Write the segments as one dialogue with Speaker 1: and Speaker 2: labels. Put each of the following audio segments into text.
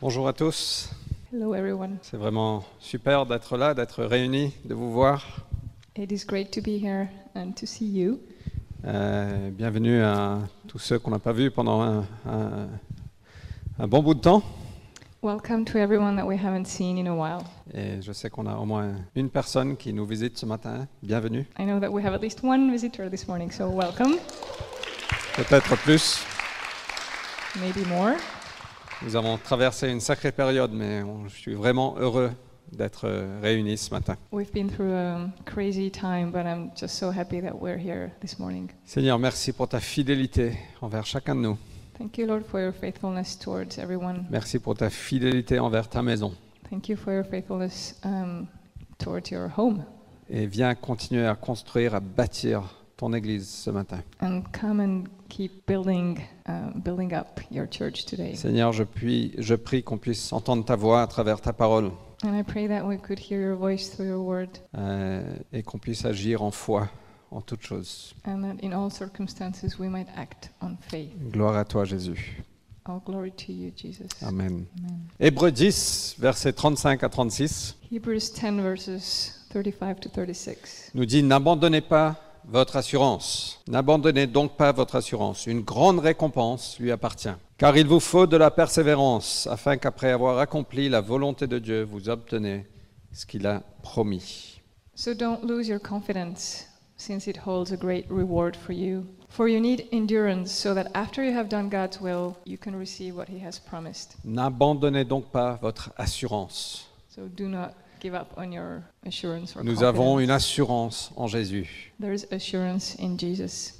Speaker 1: Bonjour à tous.
Speaker 2: Hello, everyone.
Speaker 1: C'est vraiment super d'être là, d'être réunis, de vous voir.
Speaker 2: It is great to be here and to see you.
Speaker 1: Euh, bienvenue à tous ceux qu'on n'a pas vus pendant un, un- un bon bout de temps.
Speaker 2: Welcome to everyone that we haven't seen in a while.
Speaker 1: Et je sais qu'on a au moins une personne qui nous visite ce matin. Bienvenue.
Speaker 2: I know that we have at least one visitor this morning, so welcome.
Speaker 1: Peut-être plus.
Speaker 2: Maybe more.
Speaker 1: Nous avons traversé une sacrée période, mais on- je suis vraiment heureux d'être euh, réunis ce matin.
Speaker 2: We've been through a crazy time, but I'm just so happy that we're here this morning.
Speaker 1: Seigneur, merci pour ta fidélité envers chacun de nous.
Speaker 2: Thank you, Lord, for your faithfulness towards everyone.
Speaker 1: Merci pour ta fidélité envers ta maison.
Speaker 2: Thank you for your faithfulness um, towards your home.
Speaker 1: Et viens continuer à construire, à bâtir ton Église ce matin.
Speaker 2: And come and keep building, um, building up your church today.
Speaker 1: Seigneur, je, puis, je prie qu'on puisse entendre ta voix à travers ta parole
Speaker 2: And I pray that we could hear your voice through your word.
Speaker 1: euh, et qu'on puisse agir en foi en toutes choses.
Speaker 2: and that in all circumstances we might act on faith.
Speaker 1: Gloire à toi, Jésus.
Speaker 2: All glory to you, Jesus.
Speaker 1: Amen.
Speaker 2: Amen.
Speaker 1: Hébreux 10, versets 35 à 36,
Speaker 2: Hebrews 10, verses 35 to 36.
Speaker 1: nous dit N'abandonnez pas votre assurance. N'abandonnez donc pas votre assurance. Une grande récompense lui appartient. Car il vous faut de la persévérance, afin qu'après avoir accompli la volonté de Dieu, vous obtenez ce qu'il a promis.
Speaker 2: So don't lose your confidence, since it holds a great reward for you. For you need endurance, so that after you have done God's will, you can receive what He has promised.
Speaker 1: N'abandonnez donc pas votre assurance.
Speaker 2: So do not give up on your assurance or
Speaker 1: Nous
Speaker 2: confidence.
Speaker 1: avons une assurance en Jésus.
Speaker 2: There is assurance in Jesus.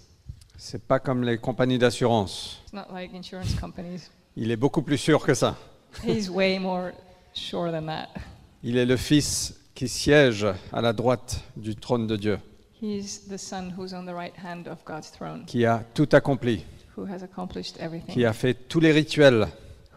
Speaker 1: C'est pas comme les compagnies d'assurance.
Speaker 2: It's not like insurance companies.
Speaker 1: Il est beaucoup plus sûr que ça.
Speaker 2: He's way more sure than that.
Speaker 1: Il est le Fils qui siège à la droite du trône de Dieu,
Speaker 2: He's the Son who's on the right hand of God's throne,
Speaker 1: qui a tout accompli,
Speaker 2: who has accomplished
Speaker 1: qui
Speaker 2: everything,
Speaker 1: a fait tous les rituels,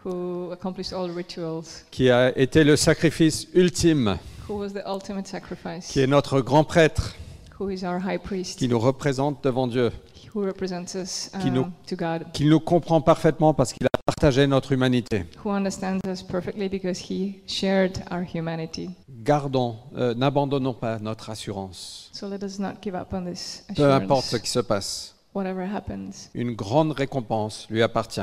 Speaker 2: who accomplished all rituals,
Speaker 1: qui a été le sacrifice ultime,
Speaker 2: who was the ultimate sacrifice,
Speaker 1: qui est notre grand prêtre,
Speaker 2: who is our high priest,
Speaker 1: qui nous représente devant Dieu,
Speaker 2: who represents us
Speaker 1: qui nous-
Speaker 2: um, to God,
Speaker 1: qui nous comprend parfaitement parce qu'il a partagé notre humanité.
Speaker 2: who understands us perfectly because he shared our humanity.
Speaker 1: Gardons, euh, n'abandonnons pas notre assurance,
Speaker 2: So let us not give up on this
Speaker 1: peu importe
Speaker 2: assurance.
Speaker 1: ce qui se passe.
Speaker 2: Whatever happens,
Speaker 1: Une grande récompense lui appartient.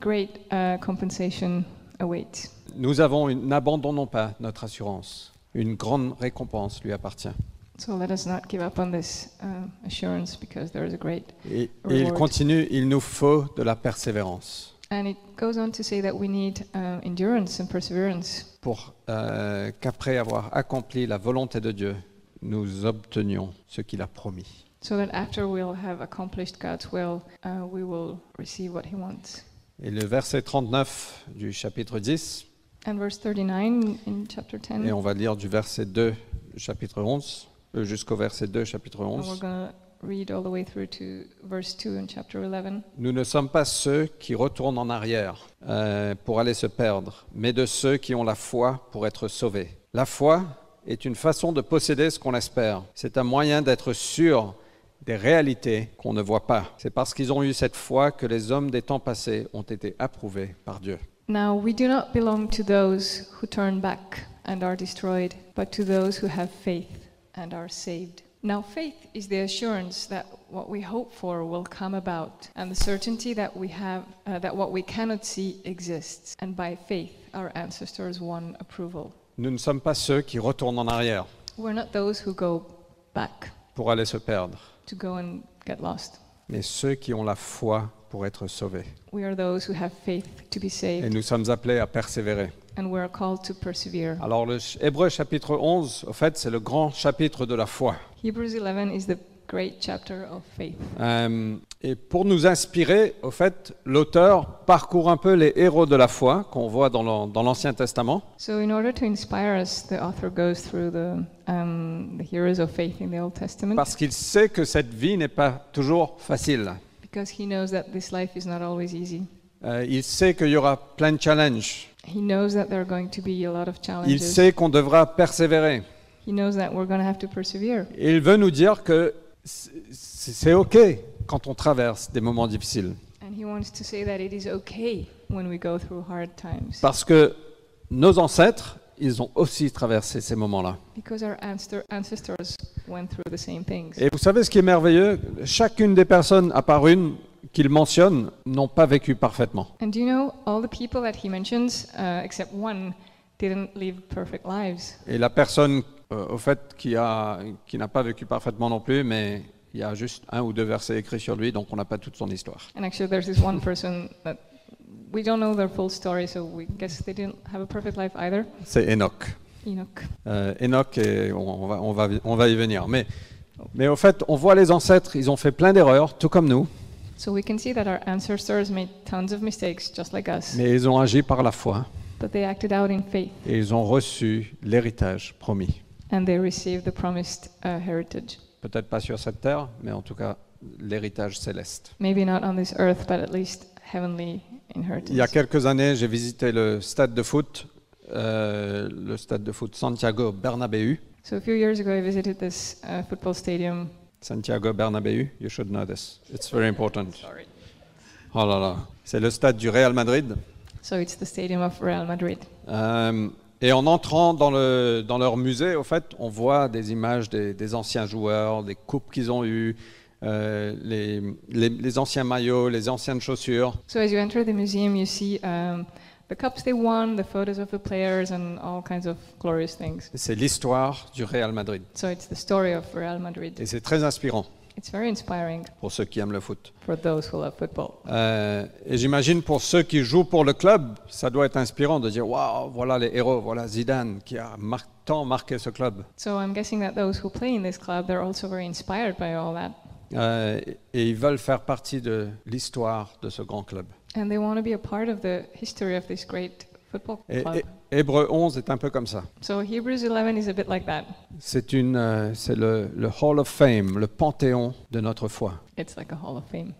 Speaker 2: great uh, compensation awaits.
Speaker 1: Nous avons une- n'abandonnons pas notre assurance. Une grande récompense lui appartient.
Speaker 2: So let us not give up on this uh, assurance because there is a great
Speaker 1: Et, et il
Speaker 2: Reward.
Speaker 1: continue, il nous faut de la persévérance
Speaker 2: And it goes on to say that we need uh, endurance and perseverance
Speaker 1: pour euh, qu'après avoir accompli la volonté de Dieu, nous obtenions ce qu'il a promis.
Speaker 2: so that after we'll have accomplished God's will, uh, we will receive what He wants.
Speaker 1: Et le verset 39 du chapitre 10,
Speaker 2: And verse 39 in chapter 10,
Speaker 1: et on va lire du verset 2 du chapitre 11, euh, jusqu'au verset 2 chapitre
Speaker 2: and we're
Speaker 1: 11,
Speaker 2: going to read all the way through to verse 2 in chapter 11.
Speaker 1: Nous ne sommes pas ceux qui retournent en arrière euh, pour aller se perdre, mais de ceux qui ont la foi pour être sauvés. La foi est une façon de posséder ce qu'on espère. C'est un moyen d'être sûr des réalités qu'on ne voit pas. C'est parce qu'ils ont eu cette foi que les hommes des temps passés ont été approuvés par Dieu.
Speaker 2: Now we do not belong to those who turn back and are destroyed, but to those who have faith and are saved. Now faith is the assurance that what we hope for will come about, and the certainty that we have uh, that what we cannot see exists. And by faith, our ancestors won approval.
Speaker 1: Nous ne sommes pas ceux qui retournent en arrière
Speaker 2: We're not those who go back
Speaker 1: pour aller se perdre,
Speaker 2: to go and get lost.
Speaker 1: mais ceux qui ont la foi pour être sauvés.
Speaker 2: We are those who have faith to be
Speaker 1: Et
Speaker 2: saved,
Speaker 1: nous sommes appelés à persévérer.
Speaker 2: and we're called to persevere.
Speaker 1: Alors le ch- Hébreu chapitre 11, au fait, c'est le grand chapitre de la foi.
Speaker 2: Hebrews 11 is the great chapter of faith.
Speaker 1: Euh, et pour nous inspirer, au fait, l'auteur parcourt un peu les héros de la foi qu'on voit dans l'An- dans l'Ancien Testament.
Speaker 2: So, in order to inspire us, the author goes through the, um, the heroes of faith in the Old Testament
Speaker 1: Parce qu'il sait que cette vie n'est pas toujours facile.
Speaker 2: because he knows that this life is not always easy.
Speaker 1: Euh, il sait qu'il y aura plein de challenges.
Speaker 2: He knows that there are going to be a lot of
Speaker 1: Il
Speaker 2: challenges.
Speaker 1: sait qu'on devra persévérer.
Speaker 2: He knows that we're going to have to persevere.
Speaker 1: Et il veut nous dire que c- c'est OK quand on traverse des moments difficiles.
Speaker 2: And And he wants to say that it is okay when we go through hard times
Speaker 1: Parce que nos ancêtres, ils ont aussi traversé ces moments-là.
Speaker 2: because our ancestor- ancestors went through the same things.
Speaker 1: Et vous savez ce qui est merveilleux Chacune des personnes, à part une qu'il mentionne, n'ont pas vécu parfaitement.
Speaker 2: And do you know all the people that he mentions, uh, except one, didn't live perfect lives?
Speaker 1: Et la personne, euh, au fait, qui a- qui n'a pas vécu parfaitement non plus, mais il y a juste un ou deux versets écrits sur lui, donc on n'a pas toute son histoire.
Speaker 2: And actually, there's this one person that we don't know their full story, so we guess they didn't have a perfect life either.
Speaker 1: C'est Enoch.
Speaker 2: Enoch.
Speaker 1: Euh, Enoch, et on, on va, on, va, on va y venir. Mais, mais au fait, on voit les ancêtres, ils ont fait plein d'erreurs, tout comme nous,
Speaker 2: So we can see that our ancestors made tons of mistakes, just like us,
Speaker 1: mais ils ont agi par la foi
Speaker 2: but they acted out in faith
Speaker 1: et ils ont reçu l'héritage promis.
Speaker 2: and they received the promised uh, heritage.
Speaker 1: Peut-être pas sur cette terre, mais en tout cas, l'héritage céleste.
Speaker 2: Maybe not on this earth, but at least heavenly
Speaker 1: Il y a
Speaker 2: inheritance.
Speaker 1: quelques années, j'ai visité le stade de foot, euh, le stade de foot Santiago Bernabéu.
Speaker 2: So a few years ago, I visited this uh, football stadium.
Speaker 1: Santiago Bernabéu, you should know this. It's very important.
Speaker 2: Sorry.
Speaker 1: Oh là là. C'est le stade du Real Madrid.
Speaker 2: So it's the stadium of Real Madrid.
Speaker 1: Euh, et en entrant dans, le- dans leur musée, au fait, on voit des images des, des anciens joueurs, des coupes qu'ils ont eues, euh, les, les- les anciens maillots, les anciennes chaussures.
Speaker 2: So as you enter the museum, you see um, the cups they won, the photos of the players, and all kinds of glorious things.
Speaker 1: C'est l'histoire du Real Madrid.
Speaker 2: So it's the story of Real
Speaker 1: Et
Speaker 2: Madrid.
Speaker 1: c'est très inspirant
Speaker 2: It's very inspiring
Speaker 1: pour ceux qui aiment le foot.
Speaker 2: for those who love football.
Speaker 1: Euh, et j'imagine pour ceux qui jouent pour le club, ça doit être inspirant de dire waouh, voilà les héros, voilà Zidane qui a mar- tant marqué ce club.
Speaker 2: So I'm guessing that those who play in this club, they're also very inspired by all that.
Speaker 1: Euh, et ils veulent faire partie de l'histoire de ce grand club.
Speaker 2: And they want to be a part of the history of this great football
Speaker 1: Et,
Speaker 2: club.
Speaker 1: et- Hébreu 11 est un peu comme ça.
Speaker 2: So Hebrews 11 is a bit like that.
Speaker 1: C'est une, euh, c'est le, le Hall of Fame, le panthéon de notre foi.
Speaker 2: It's like a hall of fame.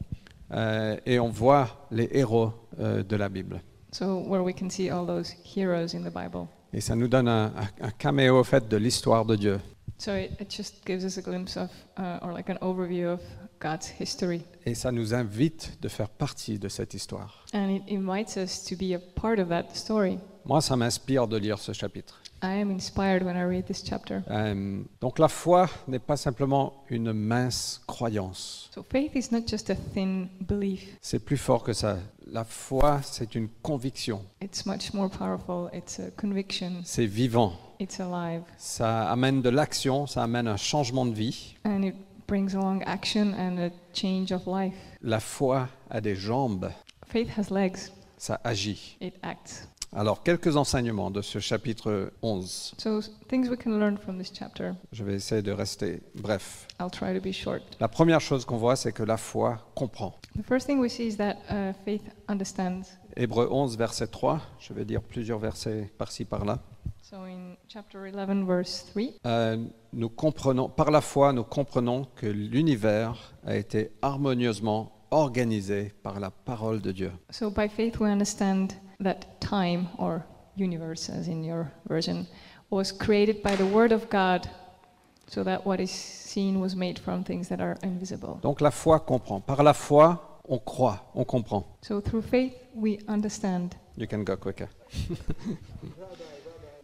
Speaker 1: Euh, et on voit les héros euh, de la Bible.
Speaker 2: So where we can see all those heroes in the Bible.
Speaker 1: Et ça nous donne un, un- un caméo au fait de l'histoire de Dieu.
Speaker 2: So it, it just gives us a glimpse of, uh, or like an overview of God's history.
Speaker 1: Et ça nous invite de faire partie de cette histoire.
Speaker 2: And it invites us to be a part of that story.
Speaker 1: Moi, ça m'inspire de lire ce chapitre.
Speaker 2: I am inspired when I read this chapter.
Speaker 1: Euh, donc la foi n'est pas simplement une mince croyance.
Speaker 2: So faith is not just a thin belief,
Speaker 1: C'est plus fort que ça. La foi, c'est une conviction.
Speaker 2: it's much more powerful. It's a conviction,
Speaker 1: C'est vivant.
Speaker 2: it's alive,
Speaker 1: Ça amène de l'action, ça amène un changement de vie.
Speaker 2: and it brings along action and a change of life.
Speaker 1: La foi a des jambes.
Speaker 2: Faith has legs,
Speaker 1: Ça agit.
Speaker 2: it acts.
Speaker 1: Alors, quelques enseignements de ce chapitre 11.
Speaker 2: So, s- things we can learn from this chapter.
Speaker 1: Je vais essayer de rester bref.
Speaker 2: I'll try to be short.
Speaker 1: La première chose qu'on voit, c'est que la foi comprend.
Speaker 2: The first thing we see is that uh, faith understands.
Speaker 1: Hébreu 11, verset 3. Je vais dire plusieurs versets par-ci, par-là.
Speaker 2: So, in chapter 11, verse 3,
Speaker 1: Euh, nous comprenons, par la foi, nous comprenons que l'univers a été harmonieusement organisé par la parole de Dieu.
Speaker 2: So by faith we understand that time or universe as in your version was created by the word of God so that what is seen was made from things that are invisible.
Speaker 1: Donc la foi comprend. Par la foi, on croit, on comprend.
Speaker 2: So through faith we understand.
Speaker 1: You can go quicker.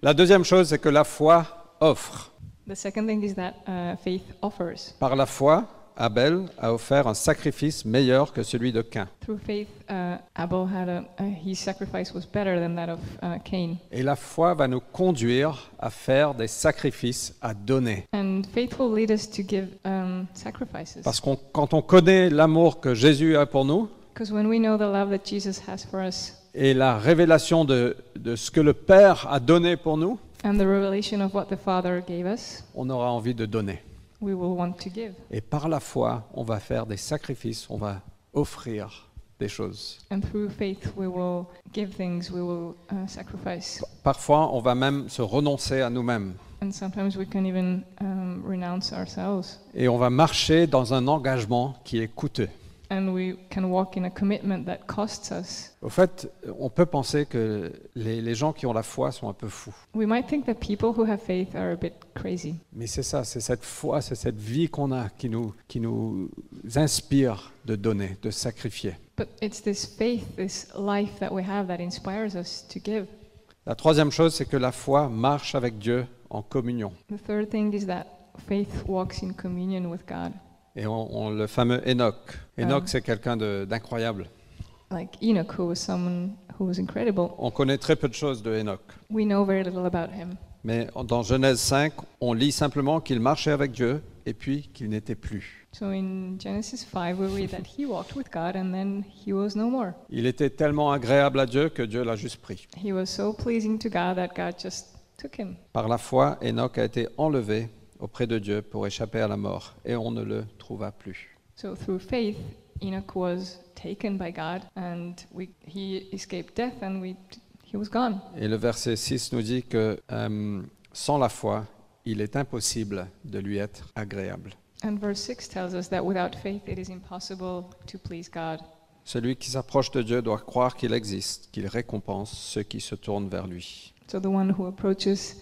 Speaker 1: la deuxième chose, c'est que la foi offre.
Speaker 2: The second thing is that uh, faith offers.
Speaker 1: Par la foi, Abel a offert un sacrifice meilleur que celui de Cain.
Speaker 2: Through faith uh, Abel had a uh, his sacrifice was better than that of uh, Cain.
Speaker 1: Et la foi va nous conduire à faire des sacrifices, à donner.
Speaker 2: And faith will lead us to give um, sacrifices.
Speaker 1: Parce que quand on connaît l'amour que Jésus a pour nous,
Speaker 2: Because when we know the love that Jesus has for us
Speaker 1: et la révélation de, de ce que le Père a donné pour nous,
Speaker 2: and the revelation of what the Father gave us,
Speaker 1: on aura envie de donner.
Speaker 2: we will want to give.
Speaker 1: Et par la foi, on va faire des sacrifices, on va offrir des choses.
Speaker 2: And through faith, we will give things, we will uh, sacrifice.
Speaker 1: Parfois, on va même se renoncer à nous-mêmes.
Speaker 2: And sometimes we can even um, renounce ourselves.
Speaker 1: Et on va marcher dans un engagement qui est coûteux.
Speaker 2: and we can walk in a commitment that costs us.
Speaker 1: Au fait, on peut penser que les, les gens qui ont la foi sont un peu fous.
Speaker 2: We might think that people who have faith are a bit crazy,
Speaker 1: Mais c'est ça, c'est cette foi, c'est cette vie qu'on a qui nous, qui nous inspire de donner, de sacrifier.
Speaker 2: but it's this faith, this life that we have that inspires us to give.
Speaker 1: La troisième chose, c'est que la foi marche avec Dieu en communion.
Speaker 2: The third thing is that faith walks in communion with God.
Speaker 1: Et on, on- le fameux Enoch. Enoch,
Speaker 2: Ah.
Speaker 1: c'est quelqu'un de- d'incroyable.
Speaker 2: Like Enoch, who was someone who was incredible,
Speaker 1: On connaît très peu de choses de Enoch.
Speaker 2: we know very little about him.
Speaker 1: Mais en- dans Genèse 5, on lit simplement qu'il marchait avec Dieu et puis qu'il n'était plus.
Speaker 2: So in Genesis 5, we read that he walked with God and then he was no more.
Speaker 1: Il était tellement agréable à Dieu que Dieu l'a juste pris.
Speaker 2: He was so pleasing to God that God just took him.
Speaker 1: Par la foi, Enoch a été enlevé auprès de Dieu pour échapper à la mort et on ne le trouva plus.
Speaker 2: So through faith, Enoch was taken by God and we, he escaped death and we, he was gone.
Speaker 1: Et le verset 6 nous dit que euh, sans la foi, il est impossible de lui être agréable.
Speaker 2: And verse 6 tells us that without faith it is impossible to please God.
Speaker 1: Celui qui s'approche de Dieu doit croire qu'il existe, qu'il récompense ceux qui se tournent vers lui.
Speaker 2: So the one who approaches,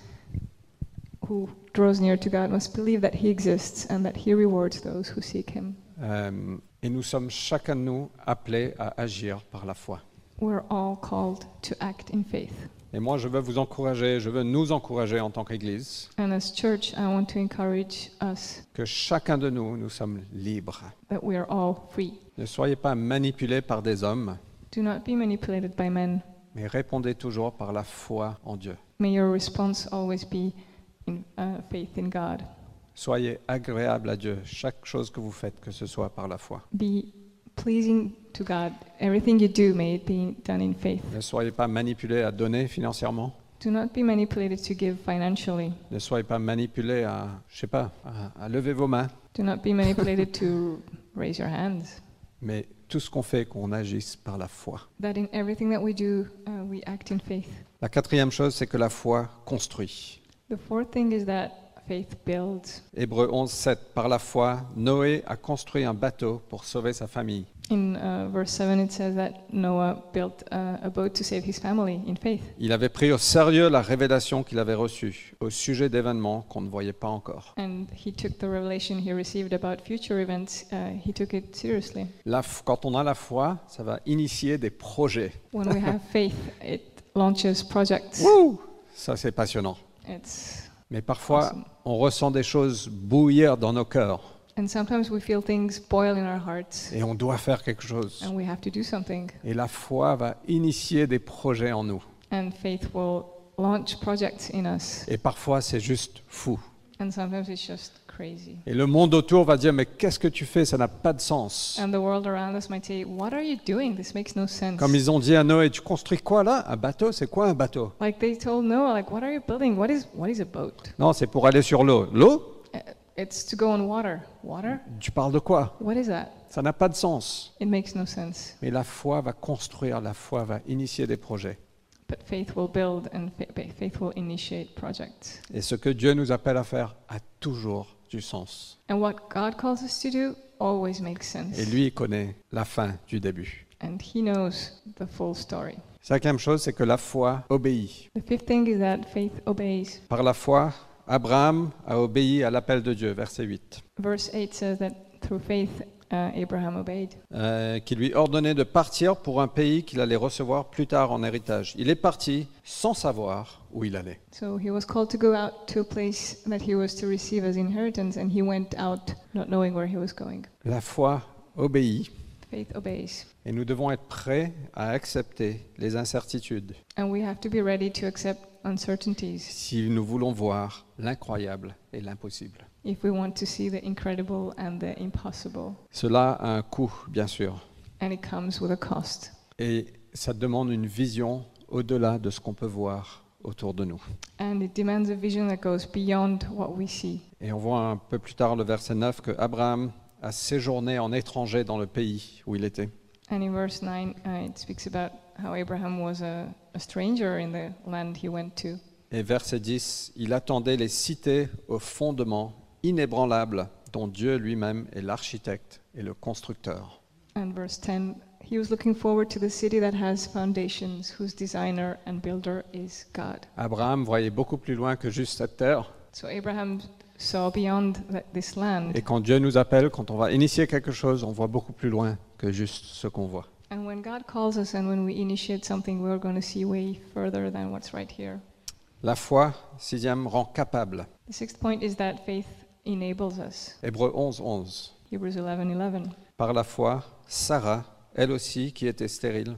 Speaker 2: who draws near to God, must believe that he exists and that he rewards those who seek him.
Speaker 1: Euh, et nous sommes chacun de nous appelés à agir par la foi.
Speaker 2: We're all called to act in faith.
Speaker 1: Et moi, je veux vous encourager, je veux nous encourager en tant qu'Église,
Speaker 2: And as church, I want to encourage us
Speaker 1: que chacun de nous, nous sommes libres.
Speaker 2: that we are all free.
Speaker 1: Ne soyez pas manipulés par des hommes,
Speaker 2: Do not be manipulated by men.
Speaker 1: mais répondez toujours par la foi en Dieu.
Speaker 2: May your response always be in uh, faith in God.
Speaker 1: Soyez agréable à Dieu, chaque chose que vous faites, que ce soit par la foi.
Speaker 2: Be pleasing to God. Everything you do, may it be done in faith.
Speaker 1: Ne soyez pas manipulés à donner financièrement.
Speaker 2: Do not be manipulated to give financially.
Speaker 1: Ne soyez pas manipulés à, je sais pas, à, à lever vos mains.
Speaker 2: Do not be manipulated to raise your hands.
Speaker 1: Mais tout ce qu'on fait, qu'on agisse par la foi.
Speaker 2: That in everything that we do, uh, we act in faith.
Speaker 1: La quatrième chose, c'est que la foi construit.
Speaker 2: The fourth thing is that faith builds.
Speaker 1: Hébreu 11, 7. Par la foi, Noé a construit un bateau pour sauver sa famille.
Speaker 2: In uh, verse 7, it says that Noah built uh, a boat to save his family in faith.
Speaker 1: Il avait pris au sérieux la révélation qu'il avait reçue au sujet d'événements qu'on ne voyait pas encore.
Speaker 2: And he took the revelation he received about future events, uh, he took it seriously.
Speaker 1: La f- quand on a la foi, ça va initier des projets.
Speaker 2: When we have faith, it launches projects.
Speaker 1: Wouh Ça, c'est passionnant.
Speaker 2: It's
Speaker 1: Mais parfois,
Speaker 2: Awesome.
Speaker 1: on ressent des choses bouillir dans nos cœurs
Speaker 2: and sometimes we feel things boil in our hearts
Speaker 1: et on doit faire quelque chose.
Speaker 2: and we have to do something.
Speaker 1: Et la foi va initier des projets en nous.
Speaker 2: And faith will launch projects in us.
Speaker 1: Et parfois, c'est juste fou.
Speaker 2: And sometimes it's just crazy.
Speaker 1: Et le monde autour va dire, mais qu'est-ce que tu fais Ça n'a pas de sens.
Speaker 2: And the world around us might say, What are you doing? This makes no sense.
Speaker 1: Comme ils ont dit à Noé, tu construis quoi là Un bateau C'est quoi un bateau
Speaker 2: Like they told Noah, like, what are you building? What is what is a boat?
Speaker 1: Non, c'est pour aller sur l'eau. L'eau
Speaker 2: Uh, It's to go on water. Water?
Speaker 1: Tu parles de quoi
Speaker 2: What is that?
Speaker 1: Ça n'a pas de sens.
Speaker 2: It makes no sense.
Speaker 1: Mais la foi va construire, la foi va initier des projets.
Speaker 2: But faith will build and fa- fa- faith will initiate projects.
Speaker 1: Et ce que Dieu nous appelle à faire a toujours du sens.
Speaker 2: And what God calls us to do always makes sense.
Speaker 1: Et lui, il connaît la fin du début.
Speaker 2: And He knows the full story.
Speaker 1: Cinquième chose, c'est que la foi obéit.
Speaker 2: The fifth thing is that faith obeys.
Speaker 1: Par la foi, Abraham a obéi à l'appel de Dieu, verset 8,
Speaker 2: Verse 8 says that through faith, uh, Abraham obeyed.
Speaker 1: euh, qui lui ordonnait de partir pour un pays qu'il allait recevoir plus tard en héritage. Il est parti sans savoir où il allait.
Speaker 2: So he was called to go out to a place that he was to receive as inheritance, and he went out not knowing where he was going.
Speaker 1: La foi obéit.
Speaker 2: Faith obeys.
Speaker 1: Et nous devons être prêts à accepter les incertitudes
Speaker 2: And we have to be ready to accept uncertainties
Speaker 1: si nous voulons voir l'incroyable et l'impossible.
Speaker 2: if we want to see the incredible and the impossible.
Speaker 1: Cela a un coût, bien sûr,
Speaker 2: And it comes with a cost.
Speaker 1: et ça demande une vision au-delà de ce qu'on peut voir autour de nous.
Speaker 2: And it demands a vision that goes beyond what we see.
Speaker 1: Et on voit un peu plus tard le verset 9 que Abraham a séjourné en étranger dans le pays où il était.
Speaker 2: And in verse 9, uh, it speaks about how Abraham was a, a stranger in the land he went to.
Speaker 1: Et verset 10, il attendait les cités au fondement inébranlable dont Dieu lui-même est l'architecte et le constructeur.
Speaker 2: And verse 10 He was looking forward to the city that has foundations, whose designer and builder is God.
Speaker 1: Abraham voyait beaucoup plus loin que juste cette terre.
Speaker 2: So Abraham saw beyond th- this land.
Speaker 1: Et quand Dieu nous appelle, quand on va initier quelque chose, on voit beaucoup plus loin que juste ce qu'on voit.
Speaker 2: And when God calls us and when we initiate something, we're going to see way further than what's right here.
Speaker 1: La foi, sixième, rend capable.
Speaker 2: The sixth point is that faith enables us.
Speaker 1: Hébreu 11, 11.
Speaker 2: Hebrews 11:11.
Speaker 1: Par la foi, Sarah, elle aussi qui était stérile,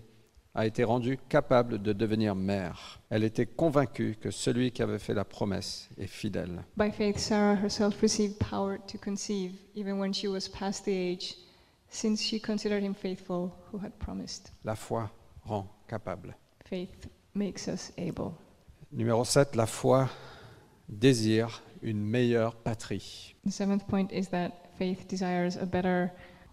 Speaker 1: a été rendue capable de devenir mère. Elle était convaincue que celui qui avait fait la promesse est fidèle.
Speaker 2: By faith, Sarah herself received power to conceive, even when she was past the age, since she considered him faithful who had promised.
Speaker 1: La foi rend capable.
Speaker 2: Faith makes us able.
Speaker 1: Numéro 7, la foi désire une meilleure patrie,
Speaker 2: The seventh point is that faith desires a better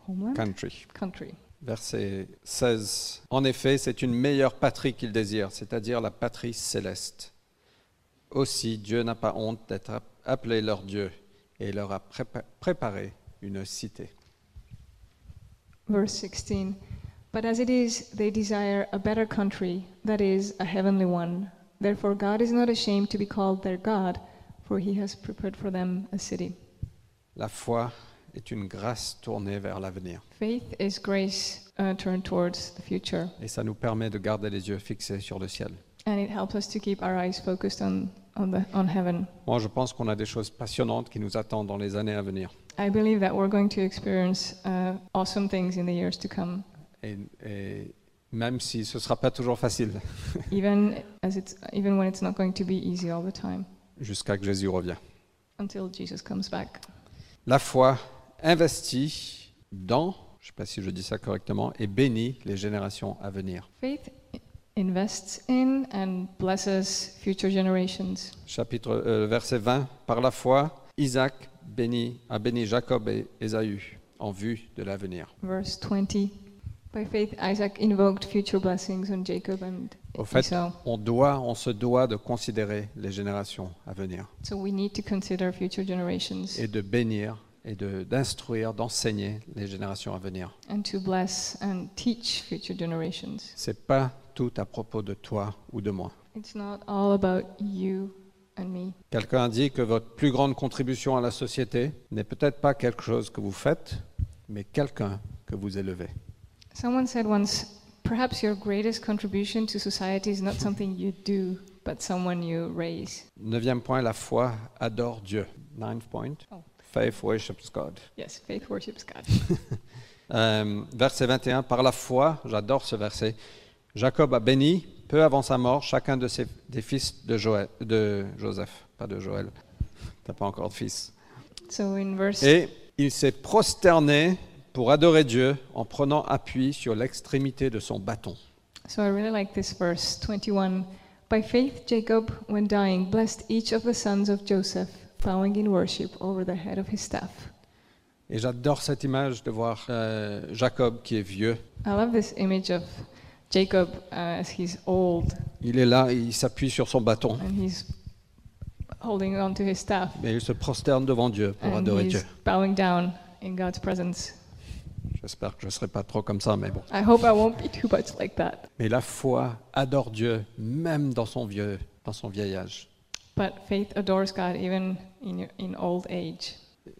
Speaker 2: homeland,
Speaker 1: country.
Speaker 2: country.
Speaker 1: Verset 16. En effet, c'est une meilleure patrie qu'il désire, c'est-à-dire la patrie céleste. Aussi, Dieu n'a pas honte d'être ap- appelé leur Dieu et leur a prépa- préparé une cité.
Speaker 2: Verse 16 But as it is, they desire a better country, that is, a heavenly one. Therefore, God is not ashamed to be called their God, for he has prepared for them a city.
Speaker 1: La foi est une grâce tournée vers l'avenir
Speaker 2: Faith is grace uh, turned towards the future,
Speaker 1: et ça nous permet de garder les yeux fixés sur le ciel.
Speaker 2: and it helps us to keep our eyes focused on, on, the, on heaven.
Speaker 1: Moi, je pense qu'on a des choses passionnantes qui nous attendent dans les années à venir.
Speaker 2: I believe that we're going to experience uh, awesome things in the years to come,
Speaker 1: Et, et même si ce ne sera pas toujours facile,
Speaker 2: even, as it's, even when it's not going to be easy all the time,
Speaker 1: jusqu'à que Jésus revienne.
Speaker 2: until Jesus comes back.
Speaker 1: La foi investit dans, je ne sais pas si je dis ça correctement, et bénit les générations à venir.
Speaker 2: Faith invests in and blesses future generations.
Speaker 1: Chapitre euh, verset 20, par la foi, Isaac bénit, a béni Jacob et Ésaü en vue de l'avenir.
Speaker 2: Verse 20. By faith, Isaac invoked future blessings on Jacob and
Speaker 1: Au fait,
Speaker 2: Esau.
Speaker 1: on doit, on se doit de considérer les générations à venir
Speaker 2: So we need to consider future generations
Speaker 1: et de bénir et de- d'instruire, d'enseigner les générations à venir.
Speaker 2: and to bless and teach future generations.
Speaker 1: C'est pas tout à propos de toi ou de moi.
Speaker 2: It's not all about you and me.
Speaker 1: Quelqu'un a dit que votre plus grande contribution à la société n'est peut-être pas quelque chose que vous faites, mais quelqu'un que vous élevez.
Speaker 2: Someone said once, perhaps your greatest contribution to society is not something you do, but someone you raise.
Speaker 1: Neuvième point, la foi adore Dieu. Ninth point,
Speaker 2: Oh.
Speaker 1: faith worships God.
Speaker 2: Yes, faith worships God.
Speaker 1: Euh, verset 21, par la foi, j'adore ce verset, Jacob a béni, peu avant sa mort, chacun de ses, des fils de, Joël- de Joseph, pas de Joël, t'as pas encore de fils.
Speaker 2: So in verse
Speaker 1: Et il s'est prosterné pour adorer Dieu en prenant appui sur l'extrémité de son bâton.
Speaker 2: So I really like this verse 21. By faith, Jacob, when dying, blessed each of the sons of Joseph, bowing in worship over the head of his staff.
Speaker 1: Et j'adore cette image de voir euh, Jacob qui est vieux.
Speaker 2: I love this image of Jacob uh, as he's old
Speaker 1: Il est là, il s'appuie sur son bâton,
Speaker 2: and he's holding on to his staff
Speaker 1: mais il se prosterne devant Dieu pour
Speaker 2: and
Speaker 1: adorer
Speaker 2: he's
Speaker 1: Dieu.
Speaker 2: bowing down in God's presence.
Speaker 1: J'espère que je ne serai pas trop comme ça, mais bon.
Speaker 2: I hope I won't be too much like that.
Speaker 1: Mais la foi adore Dieu même dans son vieux, dans son vieil âge.
Speaker 2: But faith adores God even in, your- in old age.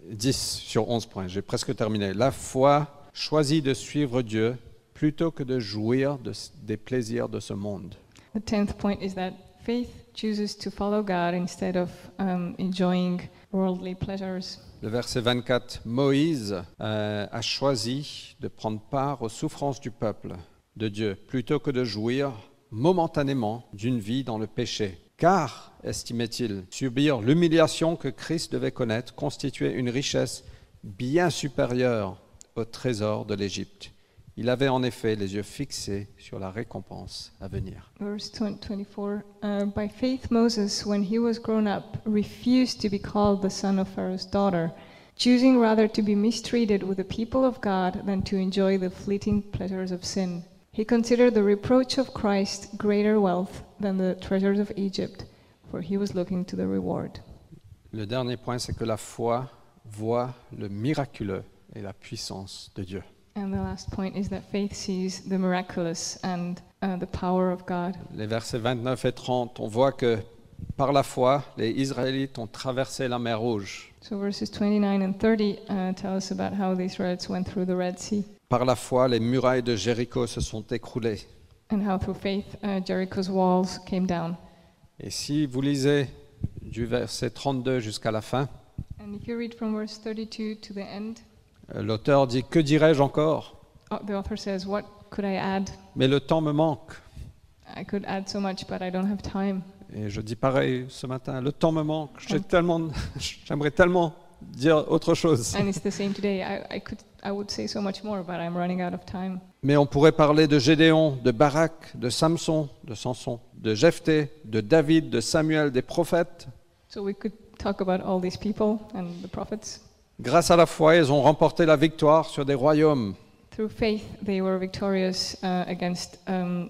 Speaker 1: 10 sur 11 points, j'ai presque terminé. La foi choisit de suivre Dieu plutôt que de jouir de- des plaisirs de ce monde.
Speaker 2: The tenth point is that faith chooses to follow God instead of um, enjoying worldly pleasures.
Speaker 1: Le verset 24, Moïse euh, a choisi de prendre part aux souffrances du peuple de Dieu plutôt que de jouir momentanément d'une vie dans le péché. Car, estimait-il, subir l'humiliation que Christ devait connaître constituait une richesse bien supérieure au trésor de l'Égypte. Il avait en effet les yeux fixés sur la récompense à venir.
Speaker 2: Verse 20 24 uh, By faith, Moses, when he was grown up, refused to be called the son of Pharaoh's daughter, choosing rather to be mistreated with the people of God than to enjoy the fleeting pleasures of sin. He considered the reproach of Christ greater wealth than the treasures of Egypt, for he was looking to the reward.
Speaker 1: Le dernier point, c'est que la foi voit le miraculeux et la puissance de Dieu.
Speaker 2: And the last point is that faith sees the miraculous and uh, the power of God.
Speaker 1: Les versets 29 et 30, on voit que par la foi, les Israélites ont traversé la mer Rouge.
Speaker 2: So verses 29 and 30 uh, tell us about how the Israelites went through the Red Sea
Speaker 1: Par la foi, les murailles de Jéricho se sont écroulées.
Speaker 2: and how through faith uh, Jericho's walls came down.
Speaker 1: Et si vous lisez du verset 32 jusqu'à la fin,
Speaker 2: And if you read from verse 32 to the end,
Speaker 1: euh, l'auteur dit Que dirais-je encore
Speaker 2: uh, the author says, What could I add?
Speaker 1: Mais le temps me manque.
Speaker 2: I could add so much, but I don't have time.
Speaker 1: Et je dis pareil ce matin Le temps me manque. J'ai tellement, j'aimerais tellement dire autre chose.
Speaker 2: And it's the same today. I, I, could, I would say so much more, but I'm running out of time.
Speaker 1: Mais on pourrait parler de Gédéon, de Barak, de Samson, de Samson, de Jephthé, de David, de Samuel, des prophètes.
Speaker 2: So we could talk about all these people and the prophets.
Speaker 1: Grâce à la foi, ils ont remporté la victoire sur des royaumes.
Speaker 2: Through faith, they were victorious uh, against um,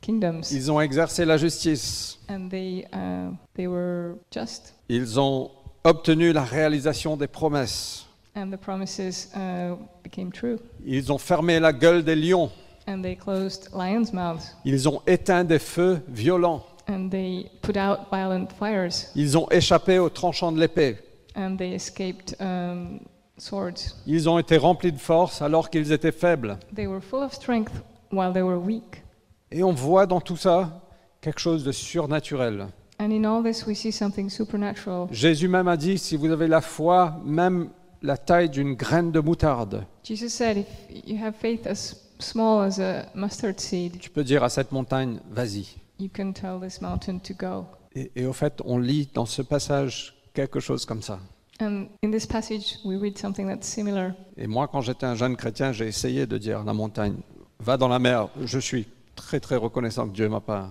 Speaker 2: kingdoms,
Speaker 1: Ils ont exercé la justice.
Speaker 2: and they uh, they were just,
Speaker 1: Ils ont obtenu la réalisation des promesses.
Speaker 2: and the promises uh, became true,
Speaker 1: Ils ont fermé la gueule des lions.
Speaker 2: and they closed lions' mouths,
Speaker 1: Ils ont éteint des feux violents.
Speaker 2: and they put out violent fires,
Speaker 1: Ils ont échappé aux tranchants de l'épée.
Speaker 2: and they escaped um, swords.
Speaker 1: Ils ont été remplis de force alors qu'ils étaient faibles.
Speaker 2: They were full of strength while they were weak,
Speaker 1: Et on voit dans tout ça quelque chose de surnaturel.
Speaker 2: and in all this we see something supernatural.
Speaker 1: Jésus même a dit, si vous avez la foi, même la taille d'une graine de moutarde,
Speaker 2: Jesus said, "If you have faith as small as a mustard seed,
Speaker 1: tu peux dire à cette montagne, vas-y.
Speaker 2: you can tell this mountain to go."
Speaker 1: Et, et au fait, on lit dans ce passage quelque chose comme ça.
Speaker 2: And in this passage, we read something that's similar.
Speaker 1: Et moi, quand j'étais un jeune chrétien, j'ai essayé de dire à la montagne, va dans la mer. Je suis très très reconnaissant que Dieu m'a pas.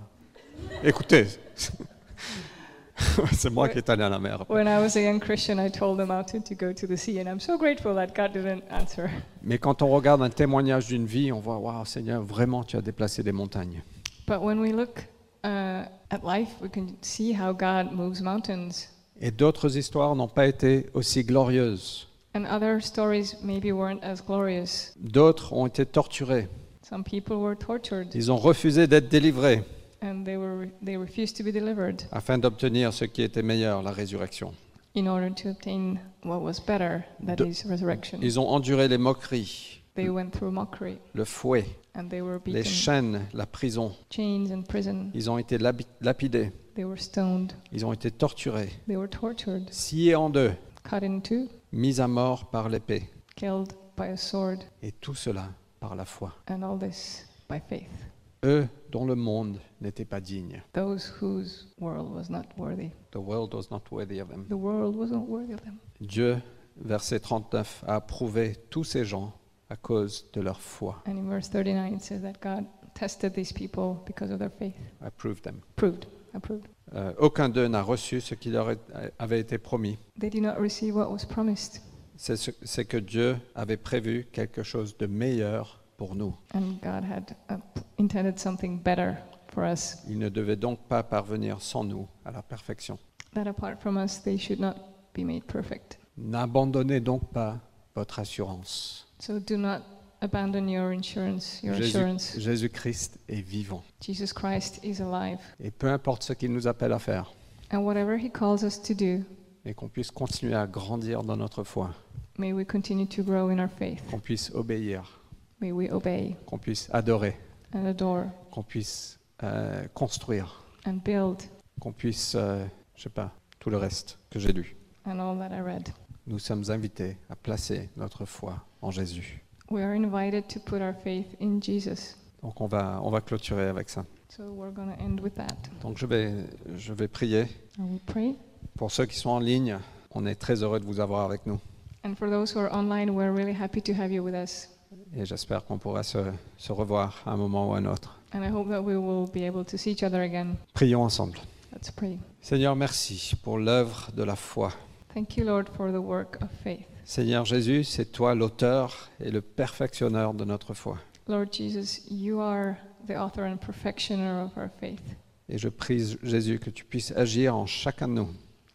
Speaker 1: Écoutez, c'est moi qui est allé à la mer.
Speaker 2: When I was a young Christian, I told the mountain to go to the sea, and I'm so grateful that God didn't answer.
Speaker 1: Mais quand on regarde un témoignage d'une vie, on voit, waouh Seigneur, vraiment tu as déplacé des montagnes.
Speaker 2: But when we look uh, at life, we can see how God moves mountains.
Speaker 1: Et d'autres histoires n'ont pas été aussi glorieuses.
Speaker 2: And other stories maybe weren't as glorious.
Speaker 1: D'autres ont été torturés.
Speaker 2: Some people were tortured,
Speaker 1: Ils ont refusé d'être délivrés
Speaker 2: and they were they refused to be delivered
Speaker 1: afin d'obtenir ce qui était meilleur, la résurrection.
Speaker 2: in order to obtain what was better, that
Speaker 1: The-
Speaker 2: is resurrection.
Speaker 1: Ils ont enduré les moqueries,
Speaker 2: They went through mockery,
Speaker 1: le fouet,
Speaker 2: and they were
Speaker 1: les
Speaker 2: beaten,
Speaker 1: chaînes, la prison.
Speaker 2: chains, and prison.
Speaker 1: Ils ont été lapi- lapidés,
Speaker 2: They were stoned.
Speaker 1: ils ont été torturés,
Speaker 2: They were tortured,
Speaker 1: sciés en deux,
Speaker 2: cut in two.
Speaker 1: mis à mort par l'épée.
Speaker 2: killed by a sword,
Speaker 1: Et tout cela par la foi.
Speaker 2: and all this by faith.
Speaker 1: Eux dont le monde n'était pas digne.
Speaker 2: Those whose world was not worthy.
Speaker 1: The world was not worthy of them.
Speaker 2: The world wasn't worthy of them.
Speaker 1: Dieu, verset 39, a approuvé tous ces gens à cause de leur foi.
Speaker 2: And in verse 39, it says that God tested these people because of their faith.
Speaker 1: Approved them.
Speaker 2: Proved, approved.
Speaker 1: Euh, aucun d'eux n'a reçu ce qui leur est- avait été promis.
Speaker 2: They did not receive what was promised,
Speaker 1: C'est ce- c'est que Dieu avait prévu quelque chose de meilleur pour nous.
Speaker 2: and God had uh, intended something better for us.
Speaker 1: Ils ne devaient donc pas parvenir sans nous à la perfection.
Speaker 2: That apart from us, they should not be made perfect.
Speaker 1: N'abandonnez donc pas votre assurance.
Speaker 2: So do not abandon your insurance, your
Speaker 1: Jésus-
Speaker 2: assurance.
Speaker 1: Jésus-Christ est vivant.
Speaker 2: Jesus Christ is alive,
Speaker 1: Et peu importe ce qu'il nous appelle à faire,
Speaker 2: and whatever He calls us to do,
Speaker 1: et qu'on puisse continuer à grandir dans notre foi,
Speaker 2: May we continue to grow in our faith.
Speaker 1: qu'on puisse obéir,
Speaker 2: May we obey
Speaker 1: qu'on puisse adorer,
Speaker 2: and adore
Speaker 1: qu'on puisse euh, construire,
Speaker 2: and build
Speaker 1: qu'on puisse, euh, je sais pas, tout le reste que j'ai lu.
Speaker 2: and all that I read.
Speaker 1: Nous sommes invités à placer notre foi en Jésus.
Speaker 2: We are invited to put our faith in Jesus.
Speaker 1: Donc on va, on va clôturer avec ça.
Speaker 2: So we're going to end with that.
Speaker 1: Donc je vais, je vais prier.
Speaker 2: I will pray.
Speaker 1: Pour ceux qui sont en ligne, on est très heureux de vous avoir avec nous.
Speaker 2: And for those who are online, we're really happy to have you with us.
Speaker 1: Et j'espère qu'on pourra se, se revoir à un moment ou à un autre.
Speaker 2: And I hope that we will be able to see each other again.
Speaker 1: Prions ensemble.
Speaker 2: Let's pray.
Speaker 1: Seigneur, merci pour l'œuvre de la foi.
Speaker 2: Thank you, Lord, for the work of faith.
Speaker 1: Seigneur Jésus, c'est toi l'auteur et le perfectionneur de notre foi.
Speaker 2: Lord Jesus, you are the author and perfectioner of our faith.
Speaker 1: Et je prie Jésus que tu puisses agir en chacun de nous,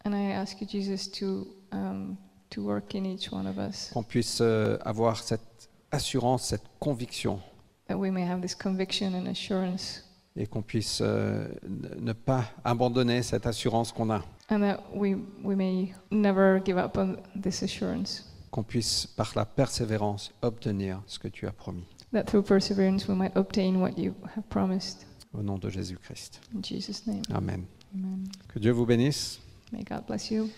Speaker 2: And I ask you, Jesus, to, um, to work in each one of us.
Speaker 1: qu'on puisse euh, avoir cette assurance, cette conviction,
Speaker 2: that we may have this conviction and assurance,
Speaker 1: et qu'on puisse euh, n- ne pas abandonner cette assurance qu'on a,
Speaker 2: and that we, we may never give up on this assurance,
Speaker 1: qu'on puisse par la persévérance obtenir ce que tu as promis.
Speaker 2: that through perseverance we might obtain what you have promised.
Speaker 1: Au nom de Jésus-Christ.
Speaker 2: In Jesus' name,
Speaker 1: Amen.
Speaker 2: amen.
Speaker 1: Que Dieu vous bénisse.
Speaker 2: May God bless you.